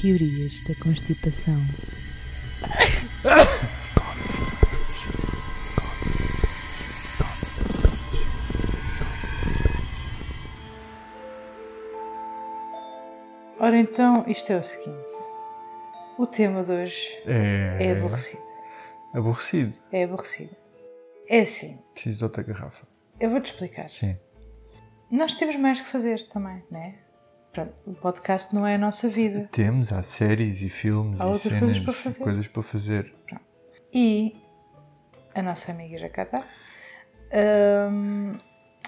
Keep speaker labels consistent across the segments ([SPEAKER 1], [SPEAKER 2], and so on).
[SPEAKER 1] Teorias da constipação.
[SPEAKER 2] Ora então, isto é o seguinte. O tema de hoje
[SPEAKER 3] É,
[SPEAKER 2] é aborrecido.
[SPEAKER 3] aborrecido.
[SPEAKER 2] É aborrecido. É assim,
[SPEAKER 3] Preciso de outra garrafa.
[SPEAKER 2] eu vou-te explicar.
[SPEAKER 3] Sim.
[SPEAKER 2] Nós temos mais que fazer também, não é? Pronto, o podcast não é a nossa vida.
[SPEAKER 3] Temos, há séries e filmes
[SPEAKER 2] Há
[SPEAKER 3] e
[SPEAKER 2] outras
[SPEAKER 3] cenas,
[SPEAKER 2] coisas para fazer.
[SPEAKER 3] coisas para fazer.
[SPEAKER 2] E a nossa amiga já cá está. Ahm,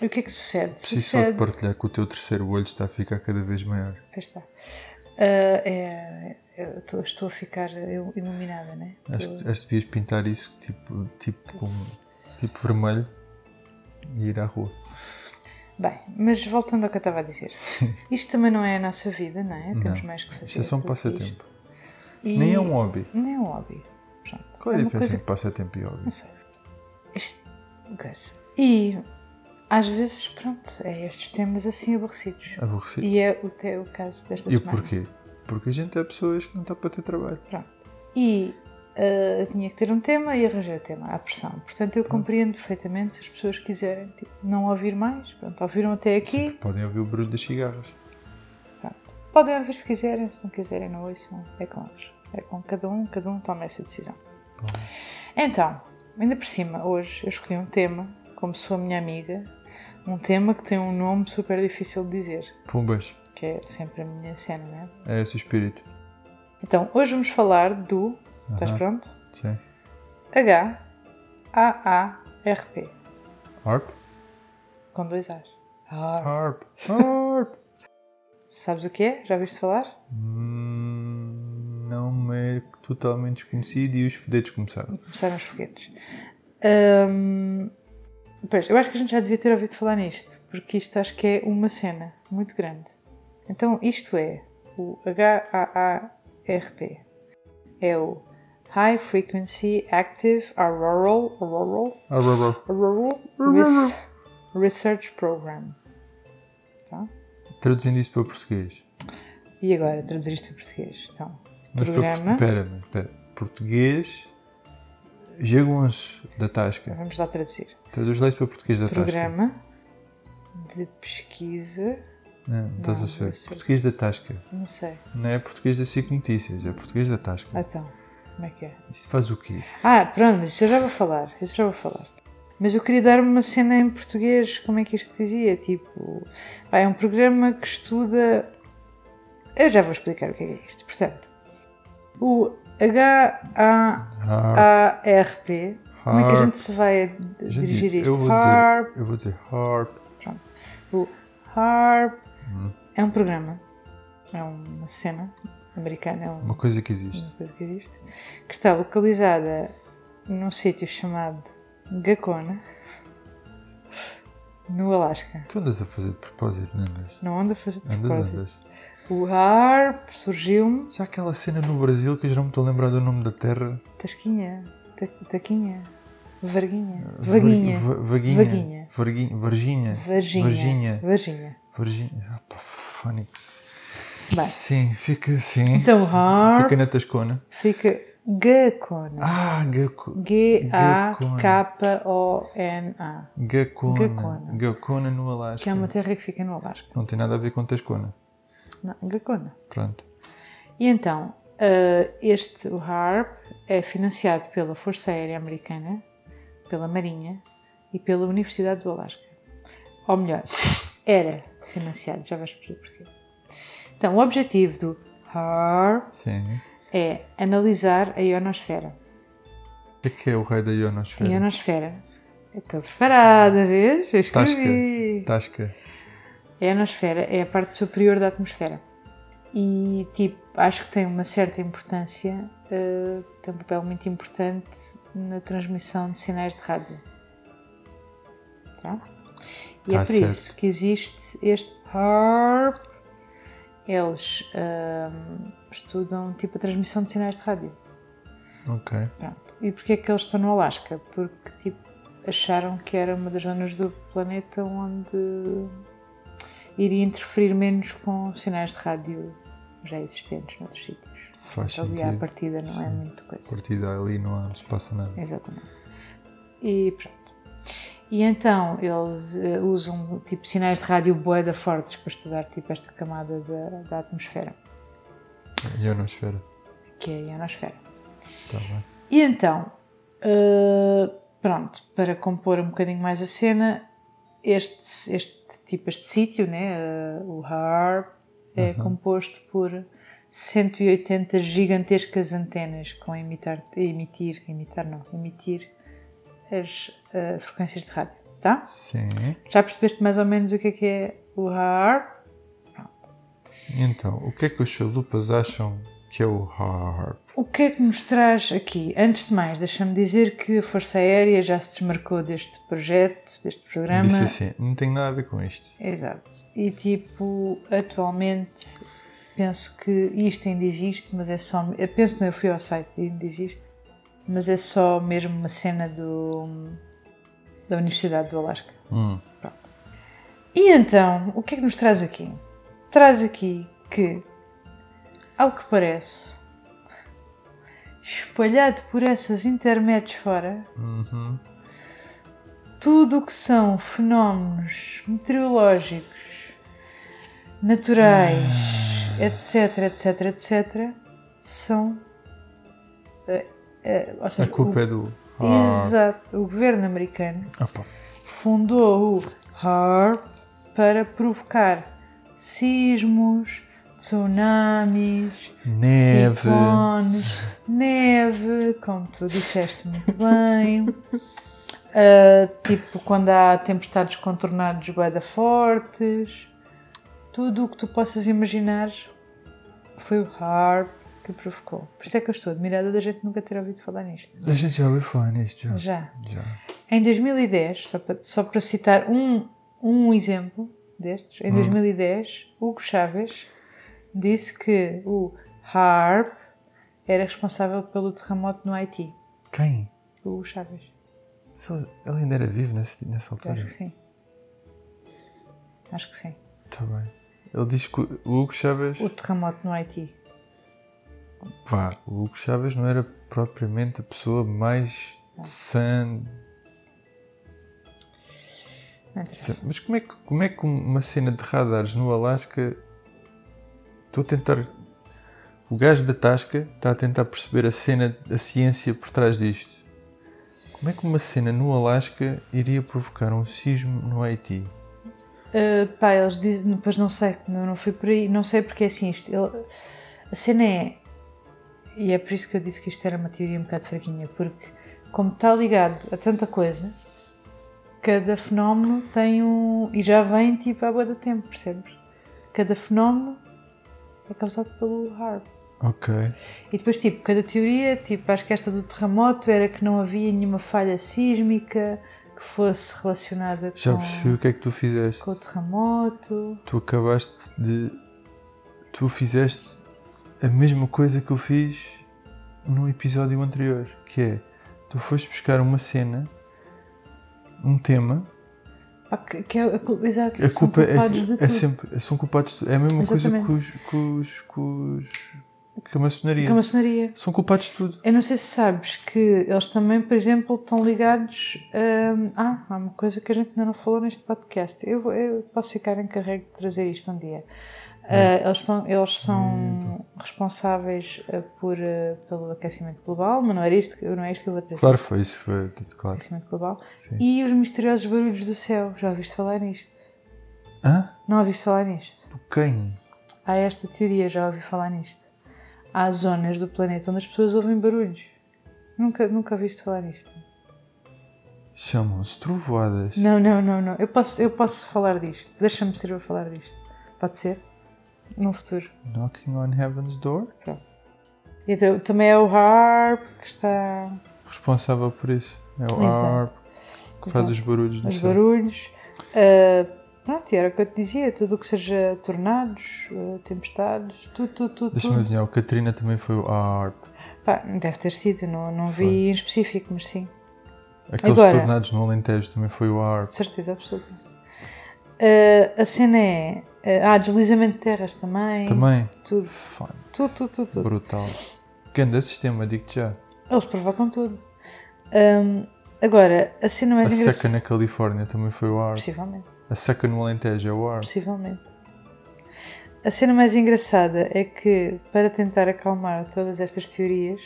[SPEAKER 2] e o que é que sucede?
[SPEAKER 3] Preciso só
[SPEAKER 2] sucede.
[SPEAKER 3] de partilhar que o teu terceiro olho está a ficar cada vez maior.
[SPEAKER 2] Cá está. Ah, é- eu estou, estou a ficar eu- iluminada, não é?
[SPEAKER 3] Acho,
[SPEAKER 2] Estou-
[SPEAKER 3] que- acho que devias pintar isso tipo, tipo, com, tipo vermelho e ir à rua.
[SPEAKER 2] Bem, mas voltando ao que eu estava a dizer, isto também não é a nossa vida, não é? Temos
[SPEAKER 3] Não.
[SPEAKER 2] mais que fazer.
[SPEAKER 3] Isto é só um
[SPEAKER 2] do que isto.
[SPEAKER 3] passatempo.
[SPEAKER 2] E-
[SPEAKER 3] Nem é um hobby.
[SPEAKER 2] Nem é um hobby. Pronto.
[SPEAKER 3] Qual é a
[SPEAKER 2] uma
[SPEAKER 3] diferença
[SPEAKER 2] coisa
[SPEAKER 3] entre passatempo e hobby?
[SPEAKER 2] Não sei. Este... coisa. E às vezes, pronto, é estes temas assim aborrecidos.
[SPEAKER 3] Aborrecido.
[SPEAKER 2] E é o, te... o caso desta
[SPEAKER 3] Ah, E
[SPEAKER 2] semana.
[SPEAKER 3] porquê? Porque a gente é pessoas que não está para ter trabalho.
[SPEAKER 2] Pronto. E ah, eu tinha que ter um tema e arranjei o tema, à pressão. Portanto, eu compreendo perfeitamente se as pessoas quiserem tipo, não ouvir mais. Pronto, ouviram até aqui.
[SPEAKER 3] Tipo, Podem ouvir o barulho das cigarras.
[SPEAKER 2] Pronto. Podem ouvir se quiserem, se não quiserem, não ouçam. É com eles. É com cada um, cada um toma essa decisão. Então, ainda por cima, hoje eu escolhi um tema, como sou a minha amiga, um tema que tem um nome super difícil de dizer,
[SPEAKER 3] Pumbas.
[SPEAKER 2] que é sempre a minha cena, não é?
[SPEAKER 3] É esse o espírito.
[SPEAKER 2] Então, hoje vamos falar do. Estás
[SPEAKER 3] Aham.
[SPEAKER 2] pronto?
[SPEAKER 3] Sim.
[SPEAKER 2] H-A-A-R-P.
[SPEAKER 3] Harp?
[SPEAKER 2] Com dois A's. Ah,
[SPEAKER 3] Harp! Harp!
[SPEAKER 2] sabes o que é? Já ouviste falar?
[SPEAKER 3] Hum, não me é totalmente desconhecido e os fodetes começaram.
[SPEAKER 2] Começaram os foguetes. Ahm, pois, eu acho que a gente já devia ter ouvido falar nisto, porque isto acho que é uma cena muito grande. Então, isto é o HAARP. É o High Frequency Active Auroral, Auroral,
[SPEAKER 3] Ah, Arrarrar.
[SPEAKER 2] Auroral Res- Research Program. Tá?
[SPEAKER 3] Traduzindo isso para português.
[SPEAKER 2] E agora, traduzir isto em português. Então,
[SPEAKER 3] Mas para
[SPEAKER 2] programa.
[SPEAKER 3] portu- Espera, mas espera. Português. Jagunço da Tasca.
[SPEAKER 2] Vamos lá traduzir.
[SPEAKER 3] Traduz lá isso para português da Tasca.
[SPEAKER 2] Programa de pesquisa.
[SPEAKER 3] Não, não estás
[SPEAKER 2] Não,
[SPEAKER 3] a ver.
[SPEAKER 2] vai ser.
[SPEAKER 3] Português da Tasca.
[SPEAKER 2] Não sei.
[SPEAKER 3] Não é português da Cic Notícias, é português da Tasca.
[SPEAKER 2] Então, como é que é?
[SPEAKER 3] Isso faz o quê?
[SPEAKER 2] Ah, pronto, mas isso eu já vou falar. Isso já vou falar. Mas eu queria dar uma cena em português, como é que isto dizia? Tipo, pá, é um programa que estuda. Eu já vou explicar o que é que é isto. Portanto, o HAARP,
[SPEAKER 3] Harp.
[SPEAKER 2] como é que a
[SPEAKER 3] Harp.
[SPEAKER 2] gente se vai a- a
[SPEAKER 3] Já
[SPEAKER 2] dirigir
[SPEAKER 3] disse.
[SPEAKER 2] isto?
[SPEAKER 3] Eu vou
[SPEAKER 2] HAARP,
[SPEAKER 3] dizer, eu vou dizer harp. Hum,
[SPEAKER 2] o HAARP é um programa, é uma cena americana, é um
[SPEAKER 3] Uma coisa que existe.
[SPEAKER 2] uma coisa que existe, que está localizada num sítio chamado Gacona, no Alasca.
[SPEAKER 3] Tu andas a fazer de propósito, não andas?
[SPEAKER 2] Não anda a fazer de
[SPEAKER 3] Andas,
[SPEAKER 2] propósito.
[SPEAKER 3] andas.
[SPEAKER 2] O harp surgiu-me,
[SPEAKER 3] Já aquela cena no Brasil que eu já não me estou a lembrar do nome da terra.
[SPEAKER 2] Tasquinha, Ta- Taquinha, Varguinha,
[SPEAKER 3] Var-
[SPEAKER 2] Vaguinha,
[SPEAKER 3] va- Vaguinha.
[SPEAKER 2] Vaguinha.
[SPEAKER 3] Vargui- Varginha.
[SPEAKER 2] Varginha,
[SPEAKER 3] Varginha.
[SPEAKER 2] Varginha.
[SPEAKER 3] Varginha. Ah, pá, fónix.
[SPEAKER 2] Bem,
[SPEAKER 3] Sim, fica assim.
[SPEAKER 2] então o harp
[SPEAKER 3] Fica na Tascona.
[SPEAKER 2] fica Gacona.
[SPEAKER 3] Ah, Gaco-
[SPEAKER 2] G-A-K-O-N-A,
[SPEAKER 3] Gacona.
[SPEAKER 2] Gacona.
[SPEAKER 3] Gacona no
[SPEAKER 2] que
[SPEAKER 3] Alasca.
[SPEAKER 2] é uma terra que fica no Alasca.
[SPEAKER 3] Não tem nada a ver com Tascona.
[SPEAKER 2] Não, Gacona.
[SPEAKER 3] Pronto.
[SPEAKER 2] E então, eh, este, o HARP, é financiado pela Força Aérea Americana, pela Marinha e pela Universidade do Alasca. Ou melhor, era financiado, já vais perceber porquê. Então, o objetivo do HARP
[SPEAKER 3] Sim.
[SPEAKER 2] é analisar a ionosfera.
[SPEAKER 3] O que é que é o rei da
[SPEAKER 2] A
[SPEAKER 3] Ionosfera?
[SPEAKER 2] ionosfera. Eu Estou preparada, vês? Eu escrevi.
[SPEAKER 3] Tasca.
[SPEAKER 2] A ionosfera é a parte superior da atmosfera. E, tipo, acho que tem uma certa importância, eh, tem um papel muito importante na transmissão de sinais de rádio. Tá? E é
[SPEAKER 3] Tá
[SPEAKER 2] por
[SPEAKER 3] certo.
[SPEAKER 2] isso que existe este HARP. Eles eh, estudam, tipo, a transmissão de sinais de rádio.
[SPEAKER 3] Ok.
[SPEAKER 2] Pronto. E porquê é que eles estão no Alasca? Porque tipo, acharam que era uma das zonas do planeta onde iria interferir menos com sinais de rádio já existentes noutros sítios. Então,
[SPEAKER 3] Faz
[SPEAKER 2] Tá Ali à
[SPEAKER 3] sentido.
[SPEAKER 2] partida não é muito coisa.
[SPEAKER 3] A partir dali não há espaço a nada.
[SPEAKER 2] Exatamente. E pronto. E então eles eh, usam tipo sinais de rádio boeda fortes para estudar tipo esta camada da, da atmosfera,
[SPEAKER 3] E eu não espero.
[SPEAKER 2] que é a ionosfera.
[SPEAKER 3] Está Tá bem.
[SPEAKER 2] E então, eh, pronto, para compor um bocadinho mais a cena, este, este tipo, este sítio, né, eh, o HARP, é composto por 180 gigantescas antenas com imitar, emitir, imitar não, emitir as eh, frequências de rádio, tá?
[SPEAKER 3] Sim.
[SPEAKER 2] Já percebeste mais ou menos o que é que é o HARP?
[SPEAKER 3] Então, o que é que os chalupas acham que é o harp?
[SPEAKER 2] O que é que nos traz aqui? Antes de mais, deixa-me dizer que a Força Aérea já se desmarcou deste projeto, deste programa.
[SPEAKER 3] Disse assim, não tem nada a ver com isto.
[SPEAKER 2] Exato. E tipo, atualmente penso que isto ainda existe, mas é só. Eu penso não, eu fui ao site e ainda existe, mas é só mesmo uma cena do, da Universidade do Alasca.
[SPEAKER 3] Hum.
[SPEAKER 2] E então, o que é que nos traz aqui? Traz aqui que, ao que parece, espalhado por essas intermédias fora,
[SPEAKER 3] Uhum.
[SPEAKER 2] tudo o que são fenómenos meteorológicos, naturais,
[SPEAKER 3] Ah.
[SPEAKER 2] etc, etc, etc, são. eh, eh, ou
[SPEAKER 3] A
[SPEAKER 2] seja,
[SPEAKER 3] culpa
[SPEAKER 2] o,
[SPEAKER 3] é do harp.
[SPEAKER 2] Exato. O governo americano
[SPEAKER 3] Opa.
[SPEAKER 2] fundou o HARP para provocar sismos, tsunamis,
[SPEAKER 3] Neve.
[SPEAKER 2] ciclones, neve, como tu disseste muito bem. Ah, tipo, quando há tempestades com tornados guarda fortes, tudo o que tu possas imaginar foi o HARP que provocou. Por isso é que eu estou admirada da gente nunca ter ouvido falar nisto.
[SPEAKER 3] A gente já ouviu falar nisto, já.
[SPEAKER 2] Já.
[SPEAKER 3] Já.
[SPEAKER 2] Em 2010, só para, só para citar um, um exemplo destes, em 2010, Hugo Chávez disse que o HARP era responsável pelo terremoto no Haiti.
[SPEAKER 3] Quem?
[SPEAKER 2] Hugo Chávez,
[SPEAKER 3] Só- Ele ainda era vivo nesse- nessa
[SPEAKER 2] eu
[SPEAKER 3] altura.
[SPEAKER 2] acho que sim. Acho que sim.
[SPEAKER 3] Está Tá bem. Ele diz que o Hugo Chávez.
[SPEAKER 2] O terremoto no Haiti.
[SPEAKER 3] Pá, o Hugo Chávez não era propriamente a pessoa mais sã.
[SPEAKER 2] Não interessa.
[SPEAKER 3] Mas como é, que, como é que uma cena de radares no Alasca. Estou a tentar. O gajo da Tasca está a tentar perceber a cena, a ciência por trás disto. Como é que uma cena no Alasca iria provocar um sismo no Haiti?
[SPEAKER 2] Uh, pá, eles dizem, pois não sei, não, não fui por aí, não sei porque é assim isto. Ele- a cena é, e é por isso que eu disse que isto era uma teoria um bocado fraquinha, porque como está ligado a tanta coisa, cada fenómeno tem um. e já vem tipo à boa do tempo, percebes? Cada fenómeno é causado pelo harp.
[SPEAKER 3] Ok.
[SPEAKER 2] E depois, tipo, cada teoria, tipo, acho que esta do terremoto era que não havia nenhuma falha sísmica que fosse relacionada
[SPEAKER 3] Já percebi
[SPEAKER 2] com,
[SPEAKER 3] o que é que tu fizeste.
[SPEAKER 2] com o terremoto.
[SPEAKER 3] Tu acabaste de. Tu fizeste a mesma coisa que eu fiz no episódio anterior, que é tu foste buscar uma cena, um tema,
[SPEAKER 2] Pá, que, que é, a cul- exato, são
[SPEAKER 3] a culpa é,
[SPEAKER 2] culpados de
[SPEAKER 3] é
[SPEAKER 2] tudo.
[SPEAKER 3] sempre. São culpados de tudo. É a mesma
[SPEAKER 2] Exatamente.
[SPEAKER 3] coisa que os. que os. que, os- que a maçonaria.
[SPEAKER 2] Que é uma sonaria.
[SPEAKER 3] São culpados de tudo.
[SPEAKER 2] Eu não sei se sabes que eles também, por exemplo, estão ligados. hum, ah, há uma coisa que a gente ainda não falou neste podcast. Eu, vou- eu posso ficar encarregue de trazer isto um dia.
[SPEAKER 3] Hum.
[SPEAKER 2] Ah, eles são, eles
[SPEAKER 3] então.
[SPEAKER 2] são responsáveis ah, por, ah, pelo aquecimento global, mas não, era isto, que- não é isto que eu vou trazer.
[SPEAKER 3] Claro, foi isso, foi tudo claro.
[SPEAKER 2] Aquecimento global.
[SPEAKER 3] Sim.
[SPEAKER 2] E os misteriosos barulhos do céu. Já ouviste falar nisto?
[SPEAKER 3] Hã?
[SPEAKER 2] Não ouviste falar nisto?
[SPEAKER 3] Do quem?
[SPEAKER 2] Há esta teoria, já ouvi falar nisto. Há zonas do planeta onde as pessoas ouvem barulhos. Nunca, nunca ouviste falar nisto.
[SPEAKER 3] Chamam-se trovoadas.
[SPEAKER 2] Não, não, não, não. Eu posso, eu posso falar disto. Deixa-me ser eu a falar disto. Pode ser? Num futuro.
[SPEAKER 3] Knocking on Heaven's Door?
[SPEAKER 2] Então, também é o harp que está.
[SPEAKER 3] responsável por isso. É o
[SPEAKER 2] Exato.
[SPEAKER 3] ARP que faz
[SPEAKER 2] Exato.
[SPEAKER 3] os barulhos no
[SPEAKER 2] Os
[SPEAKER 3] céu.
[SPEAKER 2] barulhos. Ah, pronto, e era o que eu te dizia. Tudo o que seja tornados, ah, tempestades, tudo, tudo, tudo.
[SPEAKER 3] Deixa-me
[SPEAKER 2] tudo.
[SPEAKER 3] adivinhar, o Catarina também foi o ARP.
[SPEAKER 2] Pá, deve ter sido, não, não vi em específico, mas sim.
[SPEAKER 3] Aqueles
[SPEAKER 2] Agora-
[SPEAKER 3] tornados no Alentejo também foi o ARP.
[SPEAKER 2] De certeza absoluta. Ah, Eh, a cena é. Eh, Ah, deslizamento de terras também.
[SPEAKER 3] Também.
[SPEAKER 2] Tudo,
[SPEAKER 3] Foda,
[SPEAKER 2] tudo, tudo, tudo. tudo.
[SPEAKER 3] brutal. Grande sistema, digo-te já.
[SPEAKER 2] Eles provocam tudo. Ahm, agora, a cena
[SPEAKER 3] A
[SPEAKER 2] mais
[SPEAKER 3] seca
[SPEAKER 2] engraçada.
[SPEAKER 3] na Califórnia também foi o ar.
[SPEAKER 2] Possivelmente,
[SPEAKER 3] A seca no Alentejo é o ar.
[SPEAKER 2] possivelmente. A cena mais engraçada é que, para tentar acalmar todas estas teorias,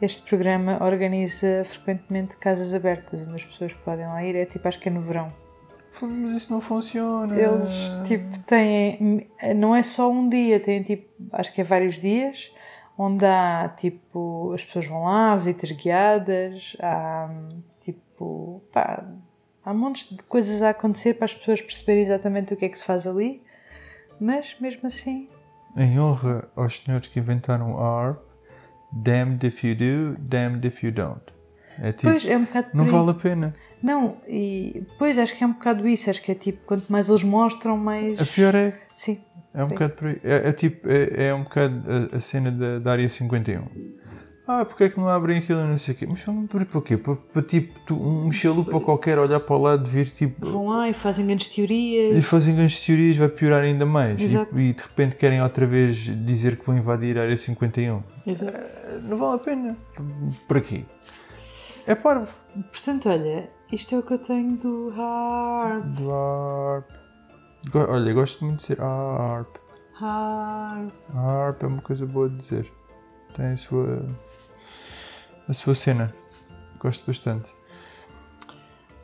[SPEAKER 2] este programa organiza frequentemente casas abertas onde as pessoas podem lá ir. É tipo, acho que é no verão.
[SPEAKER 3] Mas isso não funciona.
[SPEAKER 2] Eles,
[SPEAKER 3] Ah.
[SPEAKER 2] tipo, têm. Não é só um dia, têm, tipo, acho que é vários dias, onde há, tipo, as pessoas vão lá, visitas guiadas, há, tipo, pá, há um monte de coisas a acontecer para as pessoas perceberem exatamente o que é que se faz ali, mas mesmo assim.
[SPEAKER 3] Em honra aos senhores que inventaram a ARP, damned if you do, damned if you don't. É tipo,
[SPEAKER 2] Pois, é um bocado. por
[SPEAKER 3] não
[SPEAKER 2] aí.
[SPEAKER 3] vale a pena.
[SPEAKER 2] Não, e. Pois, acho que é um bocado isso, acho que é tipo, quanto mais eles mostram, mais.
[SPEAKER 3] A pior é,
[SPEAKER 2] Sim,
[SPEAKER 3] é um
[SPEAKER 2] Sim.
[SPEAKER 3] bocado por aí. É, é tipo, é, é um bocado a, a cena da, da área 51. Ah, porque é que não abrem aquilo e não sei o quê? Mas vão abrir para o quê? Para, para tipo, tu, um chalupa qualquer olhar para o lado, vir tipo.
[SPEAKER 2] vão lá e fazem grandes teorias.
[SPEAKER 3] E fazem grandes teorias, vai piorar ainda mais.
[SPEAKER 2] Exato.
[SPEAKER 3] E, e de repente querem outra vez dizer que vão invadir a área 51.
[SPEAKER 2] Exato.
[SPEAKER 3] Não vale a pena. Por aqui. É parvo.
[SPEAKER 2] Portanto, olha, isto é o que eu tenho do harp,
[SPEAKER 3] Do harp. Go- Olha, eu gosto muito de dizer harp.
[SPEAKER 2] harp.
[SPEAKER 3] Harp é uma coisa boa de dizer. Tem a sua. a sua cena. Gosto bastante.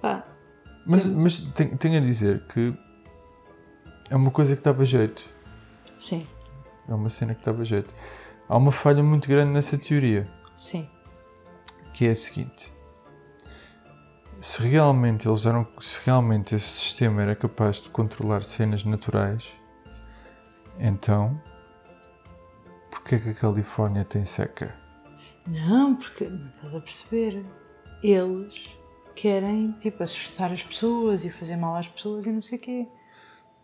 [SPEAKER 2] Pá,
[SPEAKER 3] Mas, mas tenho, tenho a dizer que. é uma coisa que dava jeito.
[SPEAKER 2] sim,
[SPEAKER 3] É uma cena que dava jeito. Há uma falha muito grande nessa teoria.
[SPEAKER 2] sim.
[SPEAKER 3] que é a seguinte: se realmente eles eram, se realmente esse sistema era capaz de controlar cenas naturais, então porque é que a Califórnia tem seca?
[SPEAKER 2] Não, porque não estás a perceber. Eles querem, tipo, assustar as pessoas e fazer mal às pessoas e não sei o quê.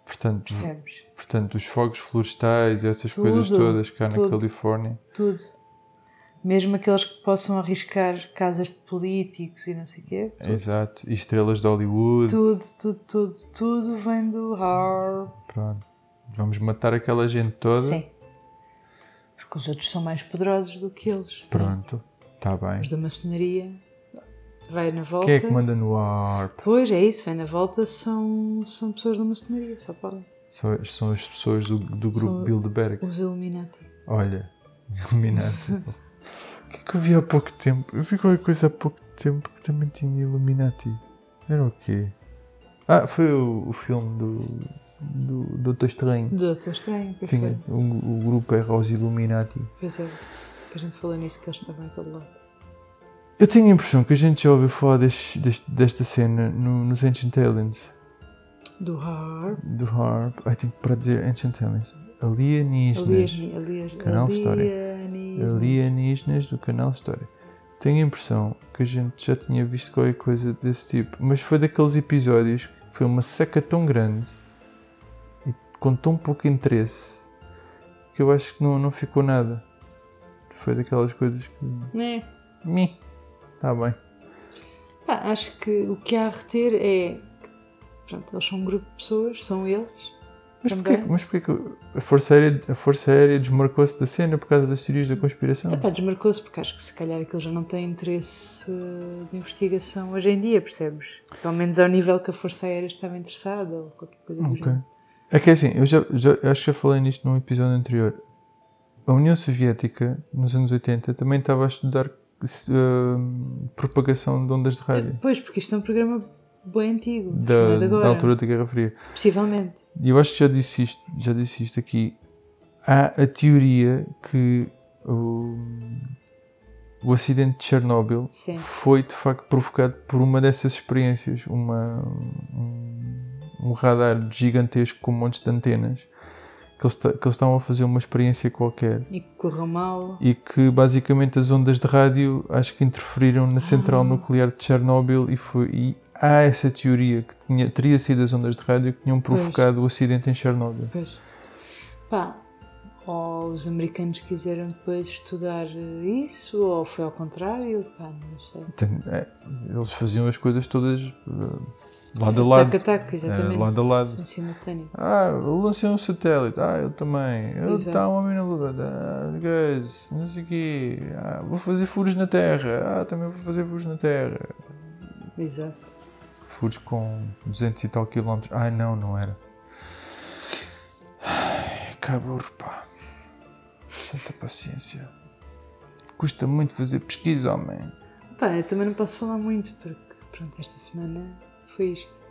[SPEAKER 3] Portanto,
[SPEAKER 2] Percebes?
[SPEAKER 3] portanto os fogos florestais, essas
[SPEAKER 2] Tudo,
[SPEAKER 3] coisas todas cá na
[SPEAKER 2] tudo.
[SPEAKER 3] Califórnia,
[SPEAKER 2] Tudo. Mesmo aqueles que possam arriscar casas de políticos e não sei o quê.
[SPEAKER 3] exato, e estrelas de Hollywood,
[SPEAKER 2] Tudo, tudo, tudo, tudo vem do harp.
[SPEAKER 3] pronto. Vamos matar aquela gente toda.
[SPEAKER 2] Sim. Porque os outros são mais poderosos do que eles.
[SPEAKER 3] Pronto, está bem.
[SPEAKER 2] Os da maçonaria vai na volta.
[SPEAKER 3] Quem é que manda no ar?
[SPEAKER 2] Pois é isso, vai na volta são, são pessoas da maçonaria, só podem.
[SPEAKER 3] São, são as pessoas do, do grupo
[SPEAKER 2] São-
[SPEAKER 3] Bilderberg.
[SPEAKER 2] Os Illuminati.
[SPEAKER 3] Olha, Illuminati. O que é que eu vi há pouco tempo? Eu vi qualquer coisa há pouco tempo que também tinha Illuminati. Era o quê? Ah, foi o, o filme do, do Doutor Estranho.
[SPEAKER 2] Doutor Estranho, pois
[SPEAKER 3] Tinha,
[SPEAKER 2] foi.
[SPEAKER 3] o, o grupo era os Illuminati.
[SPEAKER 2] Pois é, que a gente falou nisso que eles estavam em todo lado.
[SPEAKER 3] Eu tenho a impressão que a gente já ouviu falar deste, deste- desta cena no, nos Ancient Aliens.
[SPEAKER 2] Do Harp,
[SPEAKER 3] Do Harp. Ai, tenho que parar de dizer Ancient Aliens. Alienígenas.
[SPEAKER 2] alienígenas, alienígenas,
[SPEAKER 3] Canal História. Alienígenas do canal História. Tenho a impressão que a gente já tinha visto qualquer coisa desse tipo, mas foi daqueles episódios que foi uma seca tão grande e com tão pouco interesse que eu acho que não, não ficou nada. Foi daquelas coisas que.
[SPEAKER 2] Né?
[SPEAKER 3] Mi! Tá bem.
[SPEAKER 2] Pá, acho que o que há a reter é que, pronto, eles são um grupo de pessoas, são eles.
[SPEAKER 3] Mas
[SPEAKER 2] Também.
[SPEAKER 3] porquê, mas porquê que a Força Aérea, a Força Aérea desmarcou-se da cena por causa das teorias da conspiração?
[SPEAKER 2] Epá, É desmarcou-se porque acho que se calhar aquilo já não tem interesse eh, de investigação hoje em dia, percebes? Pelo menos ao nível que a Força Aérea estava interessada ou qualquer coisa do
[SPEAKER 3] Ok.
[SPEAKER 2] género.
[SPEAKER 3] É que assim, eu já, já- eu acho que já falei nisto num episódio anterior. A União Soviética, nos anos 80, também estava a estudar se- hum, propagação de ondas de rádio
[SPEAKER 2] Pois, porque isto é um programa bem antigo, não
[SPEAKER 3] da,
[SPEAKER 2] é de agora.
[SPEAKER 3] da altura da Guerra Fria.
[SPEAKER 2] Possivelmente.
[SPEAKER 3] E eu acho que já disse isto, já disse isto aqui. Há a teoria que o, o acidente de Chernobyl
[SPEAKER 2] Sim.
[SPEAKER 3] foi de facto provocado por uma dessas experiências, uma, um, um radar gigantesco com um monte de antenas, que eles, ta- que eles estavam a fazer uma experiência qualquer
[SPEAKER 2] E que correu mal.
[SPEAKER 3] e que basicamente as ondas de rádio acho que interferiram na central
[SPEAKER 2] Ah.
[SPEAKER 3] nuclear de Chernobyl e foi e há essa teoria que tinha, teria sido as ondas de rádio que tinham
[SPEAKER 2] Pois.
[SPEAKER 3] provocado o acidente em Chernobyl.
[SPEAKER 2] Pois. Pá, Ou os americanos quiseram depois estudar eh, isso, ou foi ao contrário, pá, não sei.
[SPEAKER 3] Tem- é, eles faziam as coisas todas eh, lado a lado.
[SPEAKER 2] Tac a tac, Tá exatamente.
[SPEAKER 3] É, lado a lado.
[SPEAKER 2] Sim, simultâneo.
[SPEAKER 3] Ah, eu lancei um satélite. Ah, eu também. Eu
[SPEAKER 2] Exato.
[SPEAKER 3] tá um homem na lua. Ah, guys, não sei o quê. Ah, vou fazer furos na terra. Ah, também vou fazer furos na terra.
[SPEAKER 2] Exato.
[SPEAKER 3] Furos com 200 e tal quilómetros. Ah, não, não era. Ai, Cabur, pá. Santa paciência. Custa muito fazer pesquisa, homem.
[SPEAKER 2] Pá, eu também não posso falar muito, porque pronto, esta semana foi isto.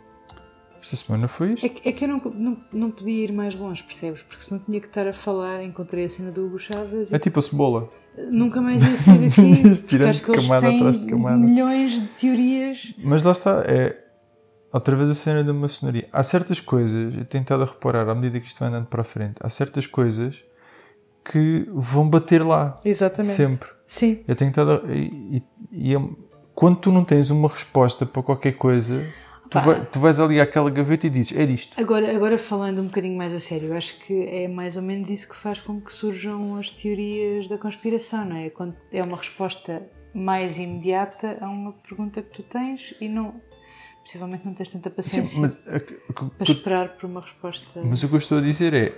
[SPEAKER 3] Esta semana foi isto.
[SPEAKER 2] É que, é que eu não, não, não podia ir mais longe, percebes? Porque senão tinha que estar a falar, encontrei a cena do Hugo Chávez
[SPEAKER 3] É
[SPEAKER 2] e
[SPEAKER 3] tipo a cebola.
[SPEAKER 2] nunca mais ia sair daqui. porque
[SPEAKER 3] Tirando
[SPEAKER 2] acho que eles
[SPEAKER 3] camada
[SPEAKER 2] têm
[SPEAKER 3] atrás de camada.
[SPEAKER 2] milhões de teorias.
[SPEAKER 3] Mas lá está, é outra vez a cena da maçonaria. Há certas coisas, eu tenho estado a reparar à medida que isto vai andando para a frente, há certas coisas que vão bater lá,
[SPEAKER 2] Exatamente.
[SPEAKER 3] sempre.
[SPEAKER 2] Sim.
[SPEAKER 3] Eu tenho estado a, e, e- e é- quando tu não tens uma resposta para qualquer coisa, tu,
[SPEAKER 2] Pá.
[SPEAKER 3] vai- tu vais ali àquela gaveta e dizes, é disto.
[SPEAKER 2] Agora, agora falando um bocadinho mais a sério, eu acho que é mais ou menos isso que faz com que surjam as teorias da conspiração, não é? Quando É uma resposta mais imediata a uma pergunta que tu tens e não. Possivelmente não tens tanta
[SPEAKER 3] Sim,
[SPEAKER 2] paciência
[SPEAKER 3] mas, a- a-
[SPEAKER 2] para esperar por uma resposta.
[SPEAKER 3] mas o que eu estou a dizer é,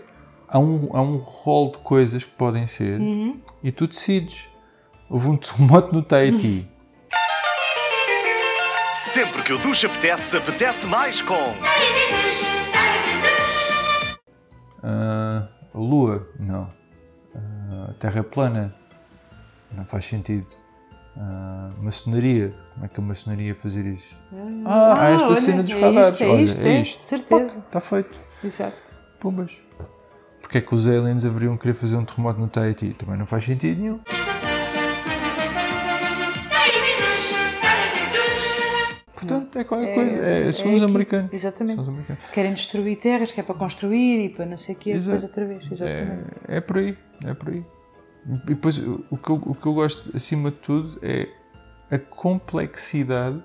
[SPEAKER 3] há um, há um rol de coisas que podem ser
[SPEAKER 2] Uhum.
[SPEAKER 3] e tu decides. Houve um terremoto no Tahiti.
[SPEAKER 4] Sempre que o duche apetece, apetece mais com.
[SPEAKER 3] Ah, Lua, não. Ah, terra plana, não faz sentido. Ah, maçonaria, como é que a maçonaria ia fazer isso? Ah, há esta
[SPEAKER 2] olha,
[SPEAKER 3] cena dos
[SPEAKER 2] é
[SPEAKER 3] radares.
[SPEAKER 2] isto, é
[SPEAKER 3] Olha,
[SPEAKER 2] isto,
[SPEAKER 3] é
[SPEAKER 2] é,
[SPEAKER 3] isto.
[SPEAKER 2] de certeza.
[SPEAKER 3] Está feito.
[SPEAKER 2] Exato.
[SPEAKER 3] Pumbas. Porque é que os aliens haveriam querer fazer um terremoto no Tahiti? Também não faz sentido nenhum. Portanto, é qualquer coisa. É, são os
[SPEAKER 2] aqui.
[SPEAKER 3] americanos. São
[SPEAKER 2] Exatamente.
[SPEAKER 3] os americanos.
[SPEAKER 2] Querem destruir terras que é para construir e para não sei o quê, depois
[SPEAKER 3] Exato.
[SPEAKER 2] outra vez. Exatamente.
[SPEAKER 3] É, é por aí, é por aí. E depois o o que, eu, o que eu gosto acima de tudo é a complexidade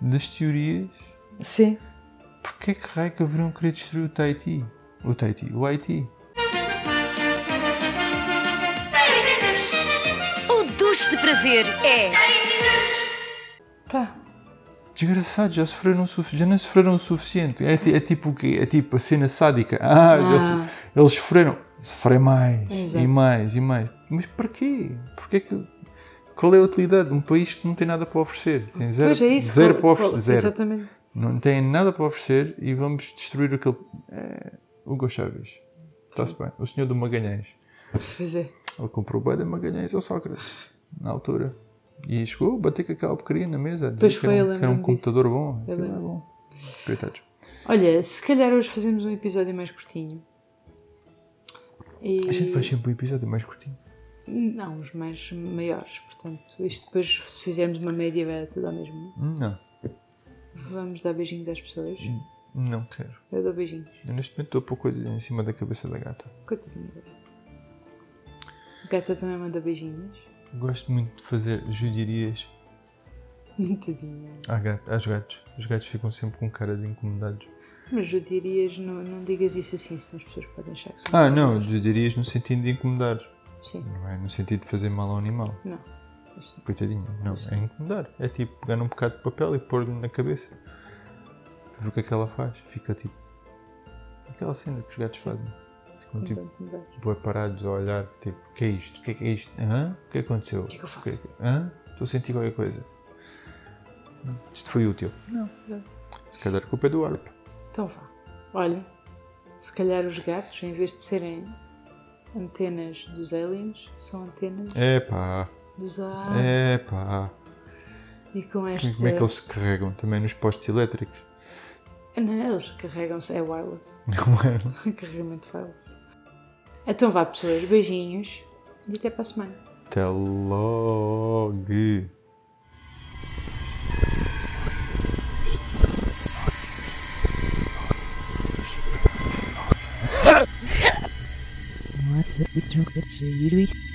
[SPEAKER 3] das teorias.
[SPEAKER 2] Sim.
[SPEAKER 3] Porquê que raio é que haveriam querer destruir o Tahiti? O Tahiti, o Haiti.
[SPEAKER 5] O duche de prazer é
[SPEAKER 2] Pá,
[SPEAKER 3] Desgraçado, já, sofreram o sufi- já não sofreram o suficiente. É, ti- é tipo o quê? É tipo a cena sádica. Ah, já so- eles sofreram. Sofrem mais,
[SPEAKER 2] Exato.
[SPEAKER 3] e mais, e mais. Mas porquê? Porquê que... Qual é a utilidade de um país que não tem nada para oferecer? Tem zero,
[SPEAKER 2] pois é isso.
[SPEAKER 3] zero
[SPEAKER 2] qual-
[SPEAKER 3] para
[SPEAKER 2] qual-
[SPEAKER 3] oferecer. Zero.
[SPEAKER 2] Exatamente.
[SPEAKER 3] não têm nada para oferecer e vamos destruir aquele. É, Hugo Chávez. Está-se bem. O senhor do Magalhães.
[SPEAKER 2] Pois é.
[SPEAKER 3] Ele comprou o da Magalhães ao Sócrates, na altura. E chegou, bateu com aquela porcaria na mesa. a dizer
[SPEAKER 2] Pois
[SPEAKER 3] que
[SPEAKER 2] foi,
[SPEAKER 3] era
[SPEAKER 2] eu
[SPEAKER 3] um, que era um
[SPEAKER 2] lembro-me
[SPEAKER 3] computador bom.
[SPEAKER 2] Eu
[SPEAKER 3] Aquilo era
[SPEAKER 2] lembro.
[SPEAKER 3] bom. Coitados.
[SPEAKER 2] Olha, se calhar hoje fazemos um episódio mais curtinho. E...
[SPEAKER 3] A gente faz sempre um episódio mais curtinho.
[SPEAKER 2] Não, os mais maiores. Portanto, isto depois, se fizermos uma média, vai dar tudo ao mesmo.
[SPEAKER 3] Não,
[SPEAKER 2] Vamos dar beijinhos às pessoas.
[SPEAKER 3] não quero.
[SPEAKER 2] Eu dou beijinhos.
[SPEAKER 3] Eu neste momento estou a pôr coisas em cima da cabeça da gata.
[SPEAKER 2] Coitadinha. da gata. A Gata também manda beijinhos.
[SPEAKER 3] Gosto muito de fazer judiarias
[SPEAKER 2] Tadinha.
[SPEAKER 3] à gata- aos gatos. Os gatos ficam sempre com cara de incomodados.
[SPEAKER 2] Mas eu dirias, não, não digas isso assim, senão as pessoas podem achar que são.
[SPEAKER 3] Ah, não, judiarias no sentido de incomodar.
[SPEAKER 2] Sim,
[SPEAKER 3] Não é no sentido de fazer mal ao animal.
[SPEAKER 2] não. Assim.
[SPEAKER 3] Coitadinho, não, é incomodar. É tipo pegar um bocado de papel e pôr-lhe na cabeça. Ver o que é que ela faz. Fica tipo. Aquela cena que os gatos fazem. Ficam
[SPEAKER 2] não
[SPEAKER 3] tipo,
[SPEAKER 2] dá, não dá.
[SPEAKER 3] boi parados a olhar, tipo, o que é isto? O que é que é isto? Hã? O que é que aconteceu? O
[SPEAKER 2] que é que eu faço?
[SPEAKER 3] Hã? Estou a sentir qualquer coisa. Isto foi útil.
[SPEAKER 2] Não, não.
[SPEAKER 3] Se calhar a culpa é do arpa.
[SPEAKER 2] Então vá. Olha, se calhar os gatos, em vez de serem antenas dos aliens, são antenas
[SPEAKER 3] Epá,
[SPEAKER 2] dos aliens.
[SPEAKER 3] epá.
[SPEAKER 2] E com esta.
[SPEAKER 3] É. Como é que eles se carregam? Também nos postes elétricos.
[SPEAKER 2] Ah, Não, eles carregam-se. É wireless.
[SPEAKER 3] Não é?
[SPEAKER 2] Carregamento wireless. Então vá, pessoas. Beijinhos. E até para a semana.
[SPEAKER 3] Até logo.
[SPEAKER 1] Nossa, que jogo de giro isto.